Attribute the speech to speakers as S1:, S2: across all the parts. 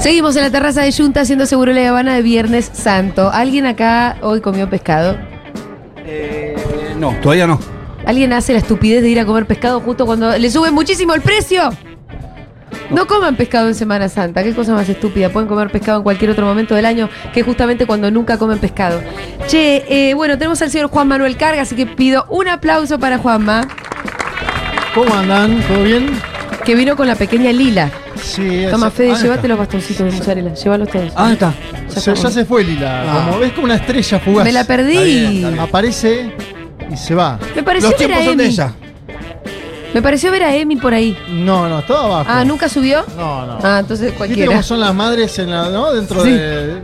S1: Seguimos en la terraza de Junta haciendo seguro la Habana de Viernes Santo. ¿Alguien acá hoy comió pescado?
S2: Eh, no, todavía no.
S1: ¿Alguien hace la estupidez de ir a comer pescado justo cuando le sube muchísimo el precio? No coman pescado en Semana Santa, qué cosa más estúpida. Pueden comer pescado en cualquier otro momento del año, que es justamente cuando nunca comen pescado. Che, eh, bueno, tenemos al señor Juan Manuel Carga, así que pido un aplauso para Juanma,
S3: ¿Cómo andan? ¿Todo bien?
S1: que vino con la pequeña Lila.
S3: Sí,
S1: Toma,
S3: esa-
S1: Fede,
S3: ah,
S1: llévate
S3: está.
S1: los bastoncitos de mozzarella, llévalos todos.
S2: Ah, está.
S1: Ya
S3: Se-
S1: está.
S3: ya se fue Lila.
S2: Ah.
S3: Como ves como una estrella fugaz.
S1: Me la perdí.
S2: Está bien, está bien.
S3: Aparece y se va.
S1: Me pareció
S2: Los
S1: ver a
S2: tiempos son de
S1: Emi.
S2: ella.
S1: Me pareció ver a Emi por ahí.
S3: No, no, estaba abajo.
S1: Ah, ¿nunca subió?
S3: No, no.
S1: Ah, entonces
S3: ¿Viste
S1: cualquiera.
S3: cómo son las madres en la, ¿no? dentro
S1: Sí.
S3: de.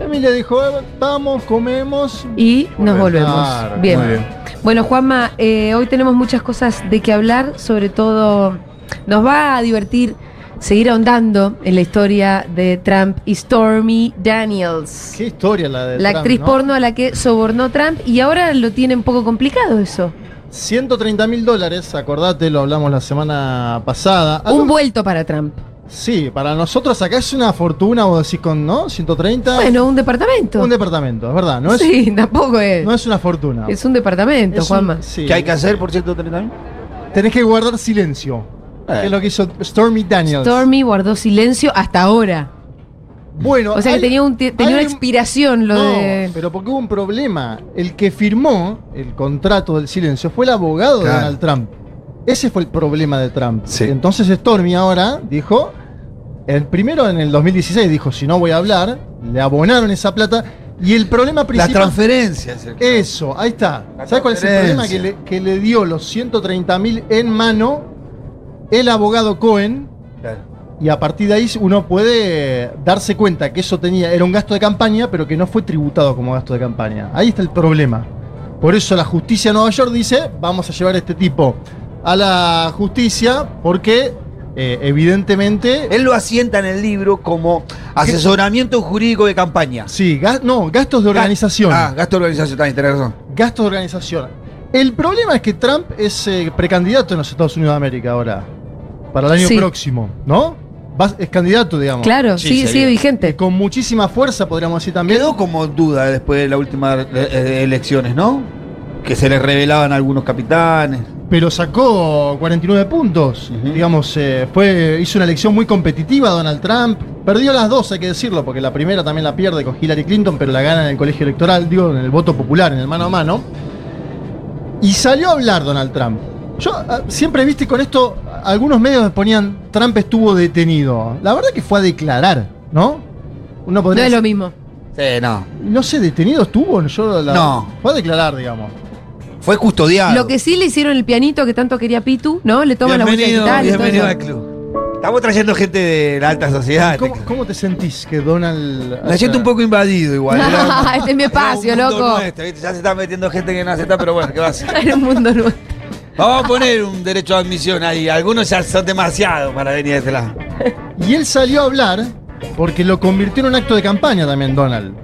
S3: Emilia dijo, "Eh, vamos, comemos.
S1: Y nos volvemos.
S3: Claro,
S1: bien.
S2: muy bien.
S1: Bueno, Juanma, eh, hoy tenemos muchas cosas de que hablar, sobre todo nos va a divertir seguir ahondando en la historia de Trump y Stormy Daniels.
S3: Qué historia la de
S1: La
S3: Trump,
S1: actriz
S3: ¿no?
S1: porno a la que sobornó Trump y ahora lo tiene un poco complicado eso.
S3: 130 mil dólares, acordate, lo hablamos la semana pasada. Algo-
S1: Un vuelto para Trump.
S3: Sí, para nosotros acá es una fortuna, vos decís con, ¿no? 130.
S1: Bueno, un departamento.
S3: un departamento, es verdad. No es,
S1: sí, tampoco es.
S3: no es una fortuna.
S1: es un departamento,
S3: Es un-
S1: Juanma.
S3: sí.
S2: ¿Qué hay que hacer por 130 mil?
S3: Tenés que guardar silencio.
S2: Eh.
S3: Que es lo que hizo Stormy Daniels.
S1: Stormy guardó silencio hasta ahora.
S3: Bueno,
S1: O sea que
S3: hay-
S1: tenía, un, te- tenía una
S3: hay un-
S1: expiración lo
S3: No,
S1: de.
S3: pero porque hubo un problema. El que firmó el contrato del silencio fue el abogado
S2: Claro.
S3: de Donald Trump. Ese fue el problema de Trump.
S2: Sí.
S3: Entonces Stormy ahora dijo, el primero en el 2016 dijo, si no voy a hablar, le abonaron esa plata. Y el problema
S2: La
S3: principal...
S2: transferencia. es el-
S3: Eso, ahí está.
S2: La
S3: ¿Sabes cuál es el problema? Que
S2: transferencia.
S3: le, que le dio los 130 mil en mano el abogado Cohen.
S2: Claro.
S3: Y a partir de ahí uno puede darse cuenta que eso tenía, era un gasto de campaña, pero que no fue tributado como gasto de campaña. Ahí está el problema. Por eso la justicia de Nueva York dice, vamos a llevar a este tipo a la justicia, porque eh, evidentemente...
S2: Él lo asienta en el libro como asesoramiento jurídico de campaña.
S3: Sí, gas- no, gastos de organización.
S2: Ah, gasto de organización, también tenés razón.
S3: Gastos de organización. El problema es que Trump es eh, precandidato en los Estados Unidos de América ahora, para el año
S1: Sí.
S3: próximo, ¿no? Va- es candidato, digamos.
S1: Claro,
S2: Sí,
S1: sigue,
S2: sería.
S1: sigue vigente.
S3: Con muchísima fuerza, podríamos decir también.
S2: Quedó como duda después de las últimas eh, elecciones, ¿no? Que se les revelaban algunos capitanes.
S3: pero sacó 49 puntos.
S2: Ujú.
S3: Digamos, eh, fue, hizo una elección muy competitiva Donald Trump. Perdió las dos, hay que decirlo, porque la primera también la pierde con Hillary Clinton, pero la gana en el colegio electoral, digo, en el voto popular, en el mano a mano. Y salió a hablar Donald Trump. Yo ah, siempre, viste, con esto, algunos medios me ponían Trump estuvo detenido. La verdad que fue a declarar, ¿no? Uno
S1: No
S3: podría
S1: es
S3: decir-
S1: lo mismo.
S2: Sí, no.
S3: no sé, detenido estuvo, yo la-
S2: No.
S3: Fue a declarar, digamos.
S2: Fue custodiado.
S1: Lo que sí le hicieron el pianito que tanto quería Pitu, ¿no? Le toman la música
S2: bienvenido,
S1: digital y todo
S2: bienvenido al
S1: eso.
S2: club. Estamos trayendo gente de la alta sociedad. este
S3: ¿Cómo, cómo te sentís que Donald...
S2: Me siento un poco invadido igual. Era-
S1: este es mi
S2: era un
S1: espacio,
S2: mundo
S1: loco.
S2: nuestro, ¿viste? Ya se está metiendo gente que no acepta, pero bueno, ¿qué va a hacer?
S1: Era un mundo nuevo.
S2: Vamos a poner un derecho de admisión ahí. Algunos ya son demasiados para venir de este lado.
S3: Y él salió a hablar porque lo convirtió en un acto de campaña también, Donald.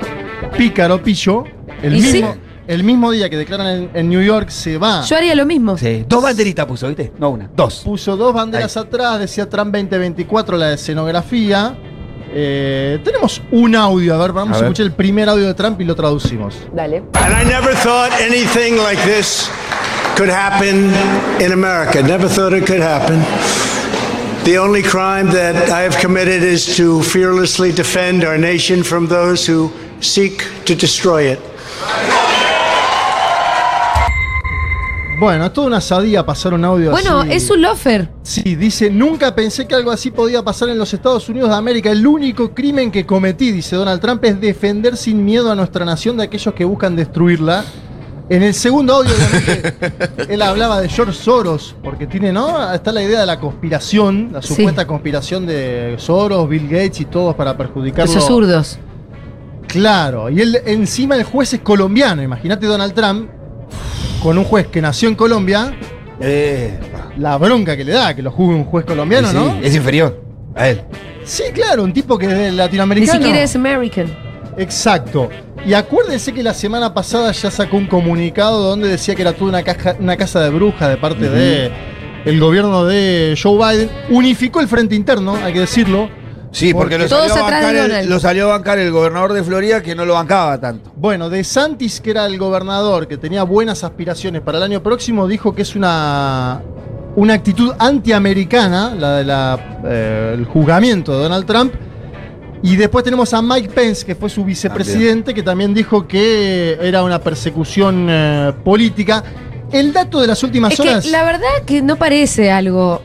S3: Pícaro Pillo, el,
S1: ¿Y
S3: mismo,
S1: sí?
S3: el mismo día que declaran en, en New York, se
S2: Ah.
S3: va.
S1: Yo haría lo mismo.
S2: Sí. Dos banderitas puso, ¿viste? No una, dos.
S3: Puso dos banderas atrás, decía Trump 2024, la escenografía. Eh, tenemos un audio, a ver, vamos
S2: A
S3: a,
S2: ver.
S3: escuchar el primer audio de Trump y lo traducimos.
S1: Dale.
S4: And I never thought anything like this could happen in America. Never thought it could happen. The only crime that I have committed is to fearlessly defend our nation from those who seek to destroy it.
S3: Bueno, es toda una sadía pasar un audio
S1: Bueno,
S3: así.
S1: es un lofer.
S3: Sí, dice, nunca pensé que algo así podía pasar en los Estados Unidos de América. El único crimen que cometí, dice Donald Trump, es defender sin miedo a nuestra nación de aquellos que buscan destruirla. En el segundo audio, obviamente, él hablaba de George Soros, porque tiene, ¿no? Está la idea de la conspiración, la
S1: Sí.
S3: supuesta conspiración de Soros, Bill Gates y todos para perjudicarlo.
S1: Esos zurdos.
S3: Claro, y él encima el juez es colombiano. Imagínate Donald Trump con un juez que nació en Colombia,
S2: Eh,
S3: la bronca que le da que lo juzgue un juez colombiano,
S2: sí,
S3: ¿no?
S2: Es inferior a él.
S3: Sí, claro, un tipo que es de
S1: Ni
S3: latinoamericano.
S1: siquiera es American.
S3: Exacto. Y acuérdense que la semana pasada ya sacó un comunicado donde decía que era toda una, caja- una casa de brujas de parte de el gobierno de Joe Biden. Unificó el frente interno, hay que decirlo.
S2: Sí, porque, lo,
S1: Todos
S2: salió a
S1: atrás de
S2: bancar
S1: Donald.
S2: el, lo salió a bancar el gobernador de Florida que no lo bancaba tanto.
S3: Bueno, De Santis, que era el gobernador, que tenía buenas aspiraciones para el año próximo, dijo que es una, una actitud antiamericana, la del juzgamiento de Donald Trump. Y después tenemos a Mike Pence, que fue su vicepresidente, que también dijo que era una persecución eh, política. El dato de las últimas
S1: Es
S3: horas.
S1: que la verdad que no parece algo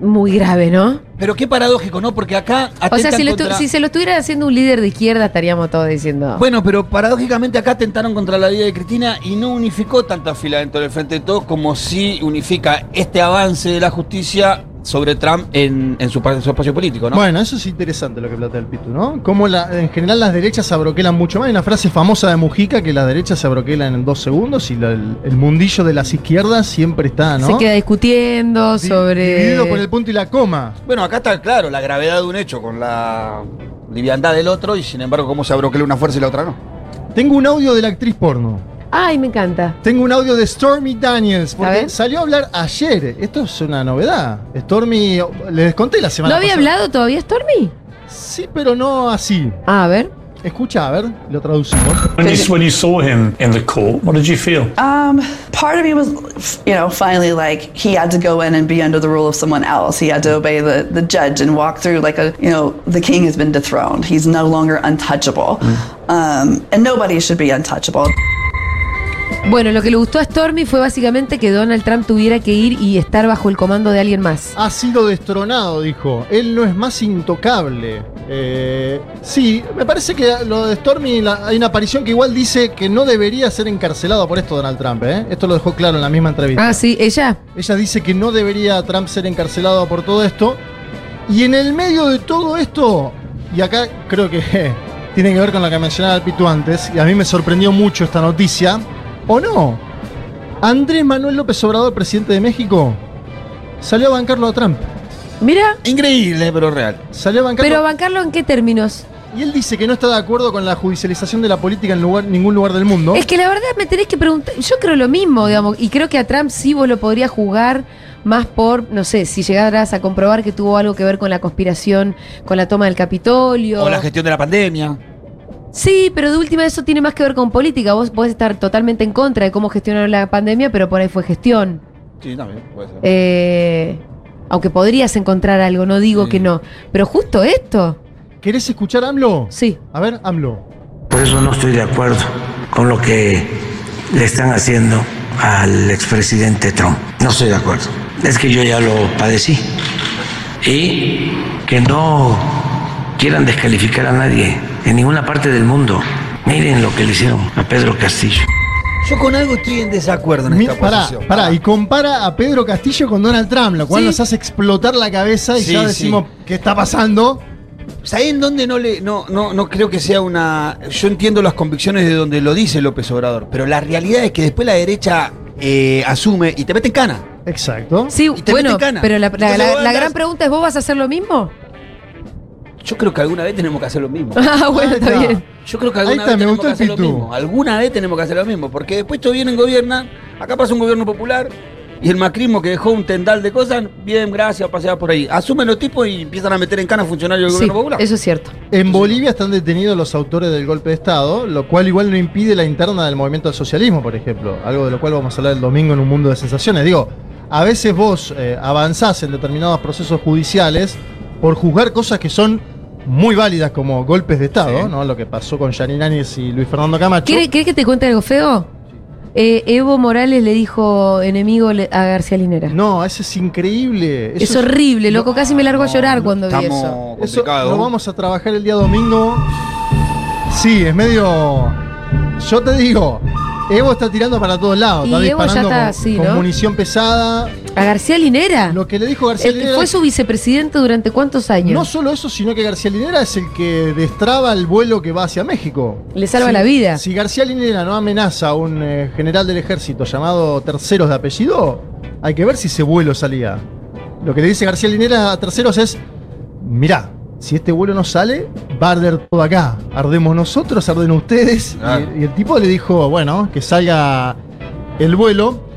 S1: muy grave, ¿no?
S5: Pero qué paradójico, ¿no? Porque acá.
S1: O sea,
S5: atentan
S1: si, lo
S5: contra-
S1: estu- si se lo estuviera haciendo un líder de izquierda, estaríamos todos diciendo.
S5: Bueno, pero paradójicamente acá tentaron contra la vida de Cristina y no unificó tanta fila dentro del Frente de Todos como si unifica este avance de la justicia sobre Trump en, en su, pa- en su espacio político, ¿no?
S3: Bueno, eso es interesante lo que plantea el Pitu, ¿no? Como la, en general las derechas se abroquelan mucho más. Hay una frase famosa de Mujica que las derechas se abroquelan en dos segundos y la- el, el mundillo de las izquierdas siempre está, ¿no?
S1: Se queda discutiendo
S3: Di-
S1: sobre.
S3: Dividido por el punto y la coma.
S5: Bueno, acá está claro la gravedad de un hecho con la liviandad del otro y sin embargo cómo se abroquela una fuerza y la otra no.
S3: Tengo un audio de la actriz porno.
S1: Ay, me encanta.
S3: Tengo un audio de Stormy Daniels,
S1: A
S3: porque
S1: ver.
S3: salió a hablar ayer. Esto es una novedad. Stormy, les conté la semana
S1: ¿No había
S3: pasada.
S1: hablado todavía Stormy?
S3: Sí, pero no así.
S1: Ah, a ver.
S3: Escucha, a ver, lo traducimos.
S6: When you, when you saw him in the court, what did you feel?
S7: Um, part of me was, you know, finally like he had to go in and be under the rule of someone else. He had to obey the, the judge and walk through like a, you know, the king has been dethroned. He's no longer untouchable. Um, and nobody should be untouchable.
S1: Bueno, lo que le gustó a Stormy fue básicamente que Donald Trump tuviera que ir y estar bajo el comando de alguien más.
S3: Ha sido destronado, dijo. Él no es más intocable. Eh, sí, me parece que lo de Stormy, la- hay una aparición que igual dice que no debería ser encarcelado por esto Donald Trump. ¿eh? Esto lo dejó claro en la misma entrevista.
S1: Ah, sí, ella.
S3: Ella dice que no debería Trump ser encarcelado por todo esto. Y en el medio de todo esto, y acá creo que je, tiene que ver con lo que mencionaba el Pitu antes, y a mí me sorprendió mucho esta noticia, ¿o no? Andrés Manuel López Obrador, presidente de México, salió a bancarlo a Trump.
S1: Mira,
S2: Increíble, pero real.
S3: Salió a bancarlo.
S1: pero bancarlo en qué términos?
S3: Y él dice que no está de acuerdo con la judicialización de la política en lugar, ningún lugar del mundo.
S1: Es que la verdad me tenés que preguntar, yo creo lo mismo, digamos, y creo que a Trump sí vos lo podrías jugar más por, no sé, si llegaras a comprobar que tuvo algo que ver con la conspiración, con la toma del Capitolio.
S2: O la gestión de la pandemia.
S1: Sí, pero de última eso tiene más que ver con política. Vos podés estar totalmente en contra de cómo gestionaron la pandemia, pero por ahí fue gestión.
S2: Sí, también puede ser.
S1: Eh, aunque podrías encontrar algo, no digo que no. Pero justo esto,
S3: ¿Querés escuchar AMLO?
S1: sí.
S3: A ver, AMLO.
S8: Por eso no estoy de acuerdo con lo que le están haciendo al expresidente Trump. No estoy de acuerdo. Es que yo ya lo padecí. Y que no quieran descalificar a nadie en ninguna parte del mundo. Miren lo que le hicieron a Pedro Castillo.
S2: Yo con algo estoy en desacuerdo en
S3: Mi-
S2: esta
S3: pará,
S2: posición. Ah.
S3: pará, y compara a Pedro Castillo con Donald Trump, lo cual
S2: Sí.
S3: nos hace explotar la cabeza y
S2: Sí,
S3: ya decimos qué está pasando.
S2: ¿Sabés en dónde no le no, no, no creo que sea una. Yo entiendo las convicciones de donde lo dice López Obrador, pero la realidad es que después la derecha eh, asume y te mete en cana.
S3: Exacto.
S1: Sí,
S2: Y te
S1: bueno,
S2: meten cana.
S1: pero la, la-
S2: Entonces
S1: la-
S2: vos
S1: la
S2: andás-
S1: gran pregunta es, ¿vos vas a hacer lo mismo?
S5: Yo creo que alguna vez tenemos que hacer lo mismo.
S1: Ah, bueno,
S3: Ahí
S1: está
S3: está.
S1: bien.
S5: Yo creo que
S3: Ahí
S5: alguna
S3: está,
S5: vez
S3: me
S5: tenemos
S3: gustó
S5: que
S3: el
S5: hacer lo
S3: pitú.
S5: mismo. Alguna vez tenemos que hacer lo mismo, porque después todos vienen, gobiernan, acá pasa un gobierno popular y el macrismo que dejó un tendal de cosas, bien, gracias, paseaba por ahí. Asumen los tipos y empiezan a meter en cana funcionarios del
S1: Sí,
S5: gobierno popular.
S1: eso es cierto.
S3: En Bolivia están detenidos los autores del golpe de Estado, lo cual igual no impide la interna del movimiento al socialismo, por ejemplo. Algo de lo cual vamos a hablar el domingo en un mundo de sensaciones. Digo, a veces vos eh, avanzás en determinados procesos judiciales por juzgar cosas que son muy válidas como golpes de Estado, ¿no? Lo que pasó con Janine Áñez y Luis Fernando Camacho.
S1: ¿Quieres que te cuente algo feo? Eh, Evo Morales le dijo enemigo le- a García Linera.
S3: No, eso es increíble.
S1: es
S3: Eso es-
S1: horrible, loco. casi me largo a llorar cuando vi
S2: Estamos
S1: eso.
S3: Eso
S2: complicados.
S3: lo vamos a trabajar el día domingo. Sí, es medio. Yo te digo, Evo está tirando para todos lados.
S1: Y
S3: está
S1: Evo ya
S3: disparando
S1: está
S3: con,
S1: así,
S3: con
S1: ¿no?
S3: munición pesada.
S1: ¿A García Linera?
S3: Lo que le dijo García
S1: El que
S3: Linera.
S1: fue su vicepresidente durante cuántos años.
S3: No solo eso, sino que García Linera es el que destraba el vuelo que va hacia México.
S1: Le salva
S3: Si-
S1: la vida.
S3: Si García Linera no amenaza a un eh, general del ejército llamado Terceros de apellido, hay que ver si ese vuelo salía. Lo que le dice García Linera a Terceros es, mirá, si este vuelo no sale, va a arder todo acá. Ardemos nosotros, arden ustedes.
S2: Claro.
S3: Y, y el tipo le dijo, bueno, que salga el vuelo.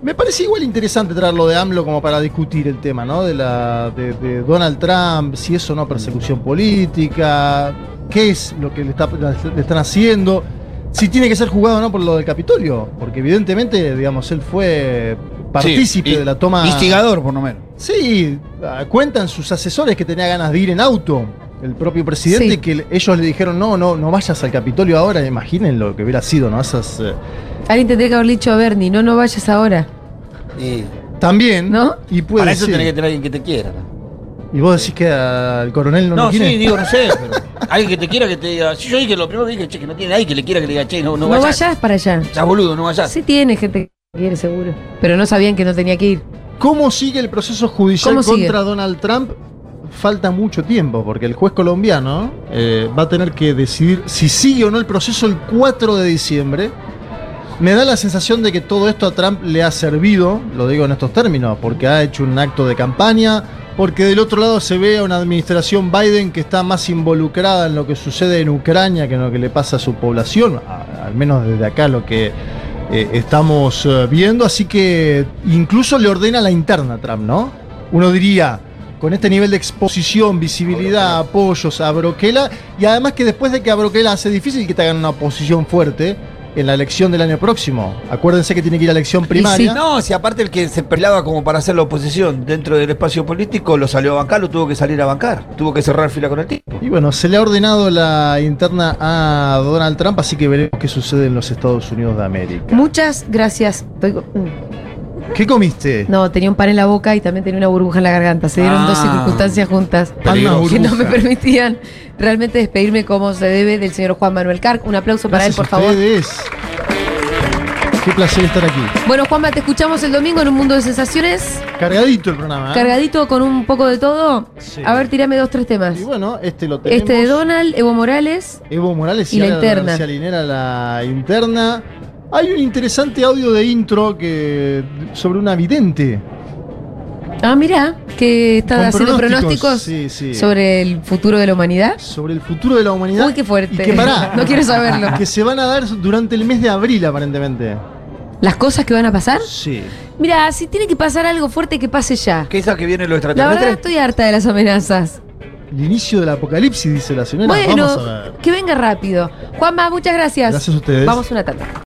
S3: Me parece igual interesante traerlo de AMLO como para discutir el tema, ¿no? De, la, de, de Donald Trump, si es o no persecución política, qué es lo que le, está- le están haciendo, si tiene que ser jugado o no por lo del Capitolio, porque evidentemente, digamos, él fue partícipe
S2: Sí,
S3: de la toma...
S2: Instigador, por lo menos.
S3: Sí, ah, cuentan sus asesores que tenía ganas de ir en auto. El propio presidente,
S1: Sí.
S3: que le- ellos le dijeron, no, no, no vayas al Capitolio ahora, imaginen lo que hubiera sido, ¿no? Esas, eh,
S1: Alguien tendría que haber dicho a Bernie, no, no vayas ahora.
S2: Y
S3: También,
S1: ¿No?
S3: Y puede
S2: para eso
S3: ser.
S2: tenés que tener alguien que te quiera.
S3: Y vos decís que al coronel no,
S2: No,
S3: lo
S2: sí,
S3: quiere.
S2: digo, no sé, pero alguien que te quiera que te diga. Si yo dije lo primero que dije, che, que no tiene nadie que le quiera que le diga, che, no, no,
S1: No,
S2: vayas.
S1: vayas para allá.
S2: Estás boludo, no vayas.
S1: Sí tiene gente que quiere, seguro. Pero no sabían que no tenía que ir.
S3: ¿Cómo sigue el proceso judicial
S1: ¿Cómo
S3: contra
S1: sigue?
S3: Donald Trump? Falta mucho tiempo, porque el juez colombiano eh, va a tener que decidir si sigue o no el proceso el 4 de diciembre. Me da la sensación de que todo esto a Trump le ha servido, lo digo en estos términos, porque ha hecho un acto de campaña, porque del otro lado se ve a una administración Biden que está más involucrada en lo que sucede en Ucrania que en lo que le pasa a su población, a- al menos desde acá lo que eh, estamos eh, viendo, así que incluso le ordena la interna a Trump, ¿no? Uno diría, con este nivel de exposición, visibilidad, apoyos a Broquela, y además que después de que a Broquela hace difícil que te hagan una posición fuerte en la elección del año próximo. Acuérdense que tiene que ir a elección primaria.
S2: No, si aparte el que se pelaba como para hacer la oposición dentro del espacio político, lo salió a bancar, lo tuvo que salir a bancar. Tuvo que cerrar fila con el tipo.
S3: Y bueno, se le ha ordenado la interna a Donald Trump, así que veremos qué sucede en los Estados Unidos de América.
S1: Muchas gracias. Estoy co- mm.
S3: ¿Qué comiste?
S1: No, tenía un pan en la boca y también tenía una burbuja en la garganta. Se dieron
S2: Ah.
S1: dos circunstancias juntas
S3: Pan más
S1: que no
S3: burbuja.
S1: me permitían realmente despedirme como se debe del señor Juan Manuel Carc. Un aplauso para él,
S3: Gracias
S1: por
S3: a
S1: favor.
S3: ustedes. Qué placer estar aquí.
S1: Bueno, Juanma, te escuchamos el domingo en un mundo de sensaciones.
S3: Cargadito el programa. ¿eh?
S1: Cargadito con un poco de todo.
S3: Sí.
S1: A ver, tirame dos, tres temas.
S3: Y bueno, este lo tenemos.
S1: Este de Donald, Evo Morales.
S3: Evo Morales
S1: Y la
S3: Ana
S1: interna.
S3: García Linera, la interna. Hay un interesante audio de intro que sobre una vidente.
S1: Ah, mira, que está
S3: Con
S1: haciendo pronósticos
S3: pronósticos, sí, sí.
S1: sobre el futuro de la humanidad.
S3: sobre el futuro de la humanidad.
S1: Uy, qué fuerte.
S3: Y que pará.
S1: No quiero saberlo. Ah.
S3: Que se van a dar durante el mes de abril, aparentemente.
S1: Las cosas que van a pasar.
S3: Sí.
S1: Mira, si tiene que pasar algo fuerte, que pase ya.
S2: ¿Qué esa que viene lo
S1: La
S2: extraterrestre?
S1: verdad estoy harta de las amenazas.
S3: El inicio del apocalipsis, dice la señora. Vamos a ver.
S1: Bueno, que venga rápido. Juanma, muchas gracias.
S3: Gracias a ustedes.
S1: Vamos a una tanda.